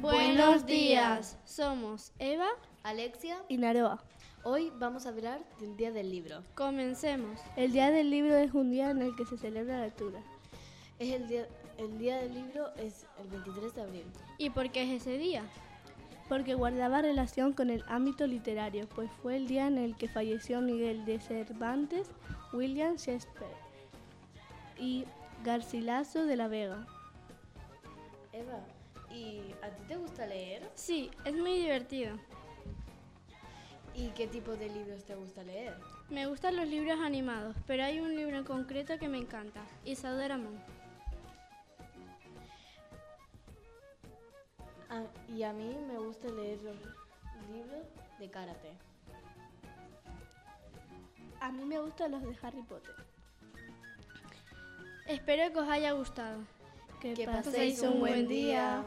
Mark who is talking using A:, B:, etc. A: Buenos días. Somos Eva
B: Alexia,
A: y Naroa.
B: hoy vamos a hablar del Día del Libro.
A: Comencemos. El Día del Libro es un día en el que se celebra la lectura.
B: Es el día, el día del Libro es el 23 de abril.
A: ¿Y por qué es ese día? Porque guardaba relación con el ámbito literario, pues fue el día en el que falleció Miguel de Cervantes, William Shakespeare y Garcilaso de la Vega.
B: Eva, ¿y a ti te gusta leer?
A: Sí, es muy divertido.
B: ¿Y qué tipo de libros te gusta leer?
A: Me gustan los libros animados, pero hay un libro en concreto que me encanta, Isadora Mon.
B: A- Ah, y a mí me gusta leer los libros de karate.
A: A mí me gustan los de Harry Potter. Espero que os haya gustado.
B: Que paséis un buen día.